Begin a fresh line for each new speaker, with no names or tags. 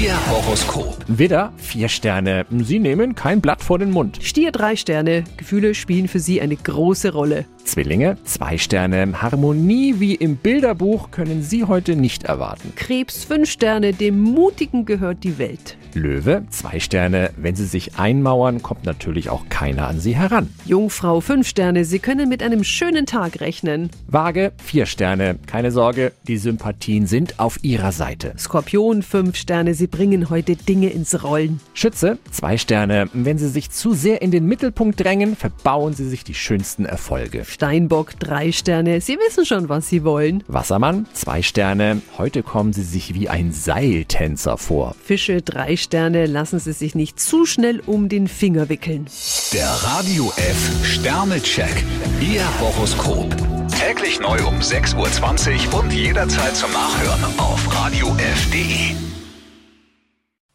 Ihr Horoskop.
Widder, vier Sterne. Sie nehmen kein Blatt vor den Mund.
Stier drei Sterne. Gefühle spielen für Sie eine große Rolle.
Zwillinge, zwei Sterne. Harmonie wie im Bilderbuch können Sie heute nicht erwarten.
Krebs fünf Sterne. Dem Mutigen gehört die Welt.
Löwe, zwei Sterne. Wenn Sie sich einmauern, kommt natürlich auch keiner an Sie heran.
Jungfrau fünf Sterne. Sie können mit einem schönen Tag rechnen.
Waage, vier Sterne. Keine Sorge, die Sympathien sind auf Ihrer Seite.
Skorpion fünf Sterne. Sie bringen heute Dinge ins Rollen.
Schütze, zwei Sterne. Wenn Sie sich zu sehr in den Mittelpunkt drängen, verbauen Sie sich die schönsten Erfolge.
Steinbock drei Sterne. Sie wissen schon, was Sie wollen.
Wassermann, zwei Sterne. Heute kommen Sie sich wie ein Seiltänzer vor.
Fische drei Sterne. Lassen Sie sich nicht zu schnell um den Finger wickeln.
Der Radio F Sternecheck. Ihr Horoskop. Täglich neu um 6.20 Uhr und jederzeit zum Nachhören auf Radio E. radiof.de.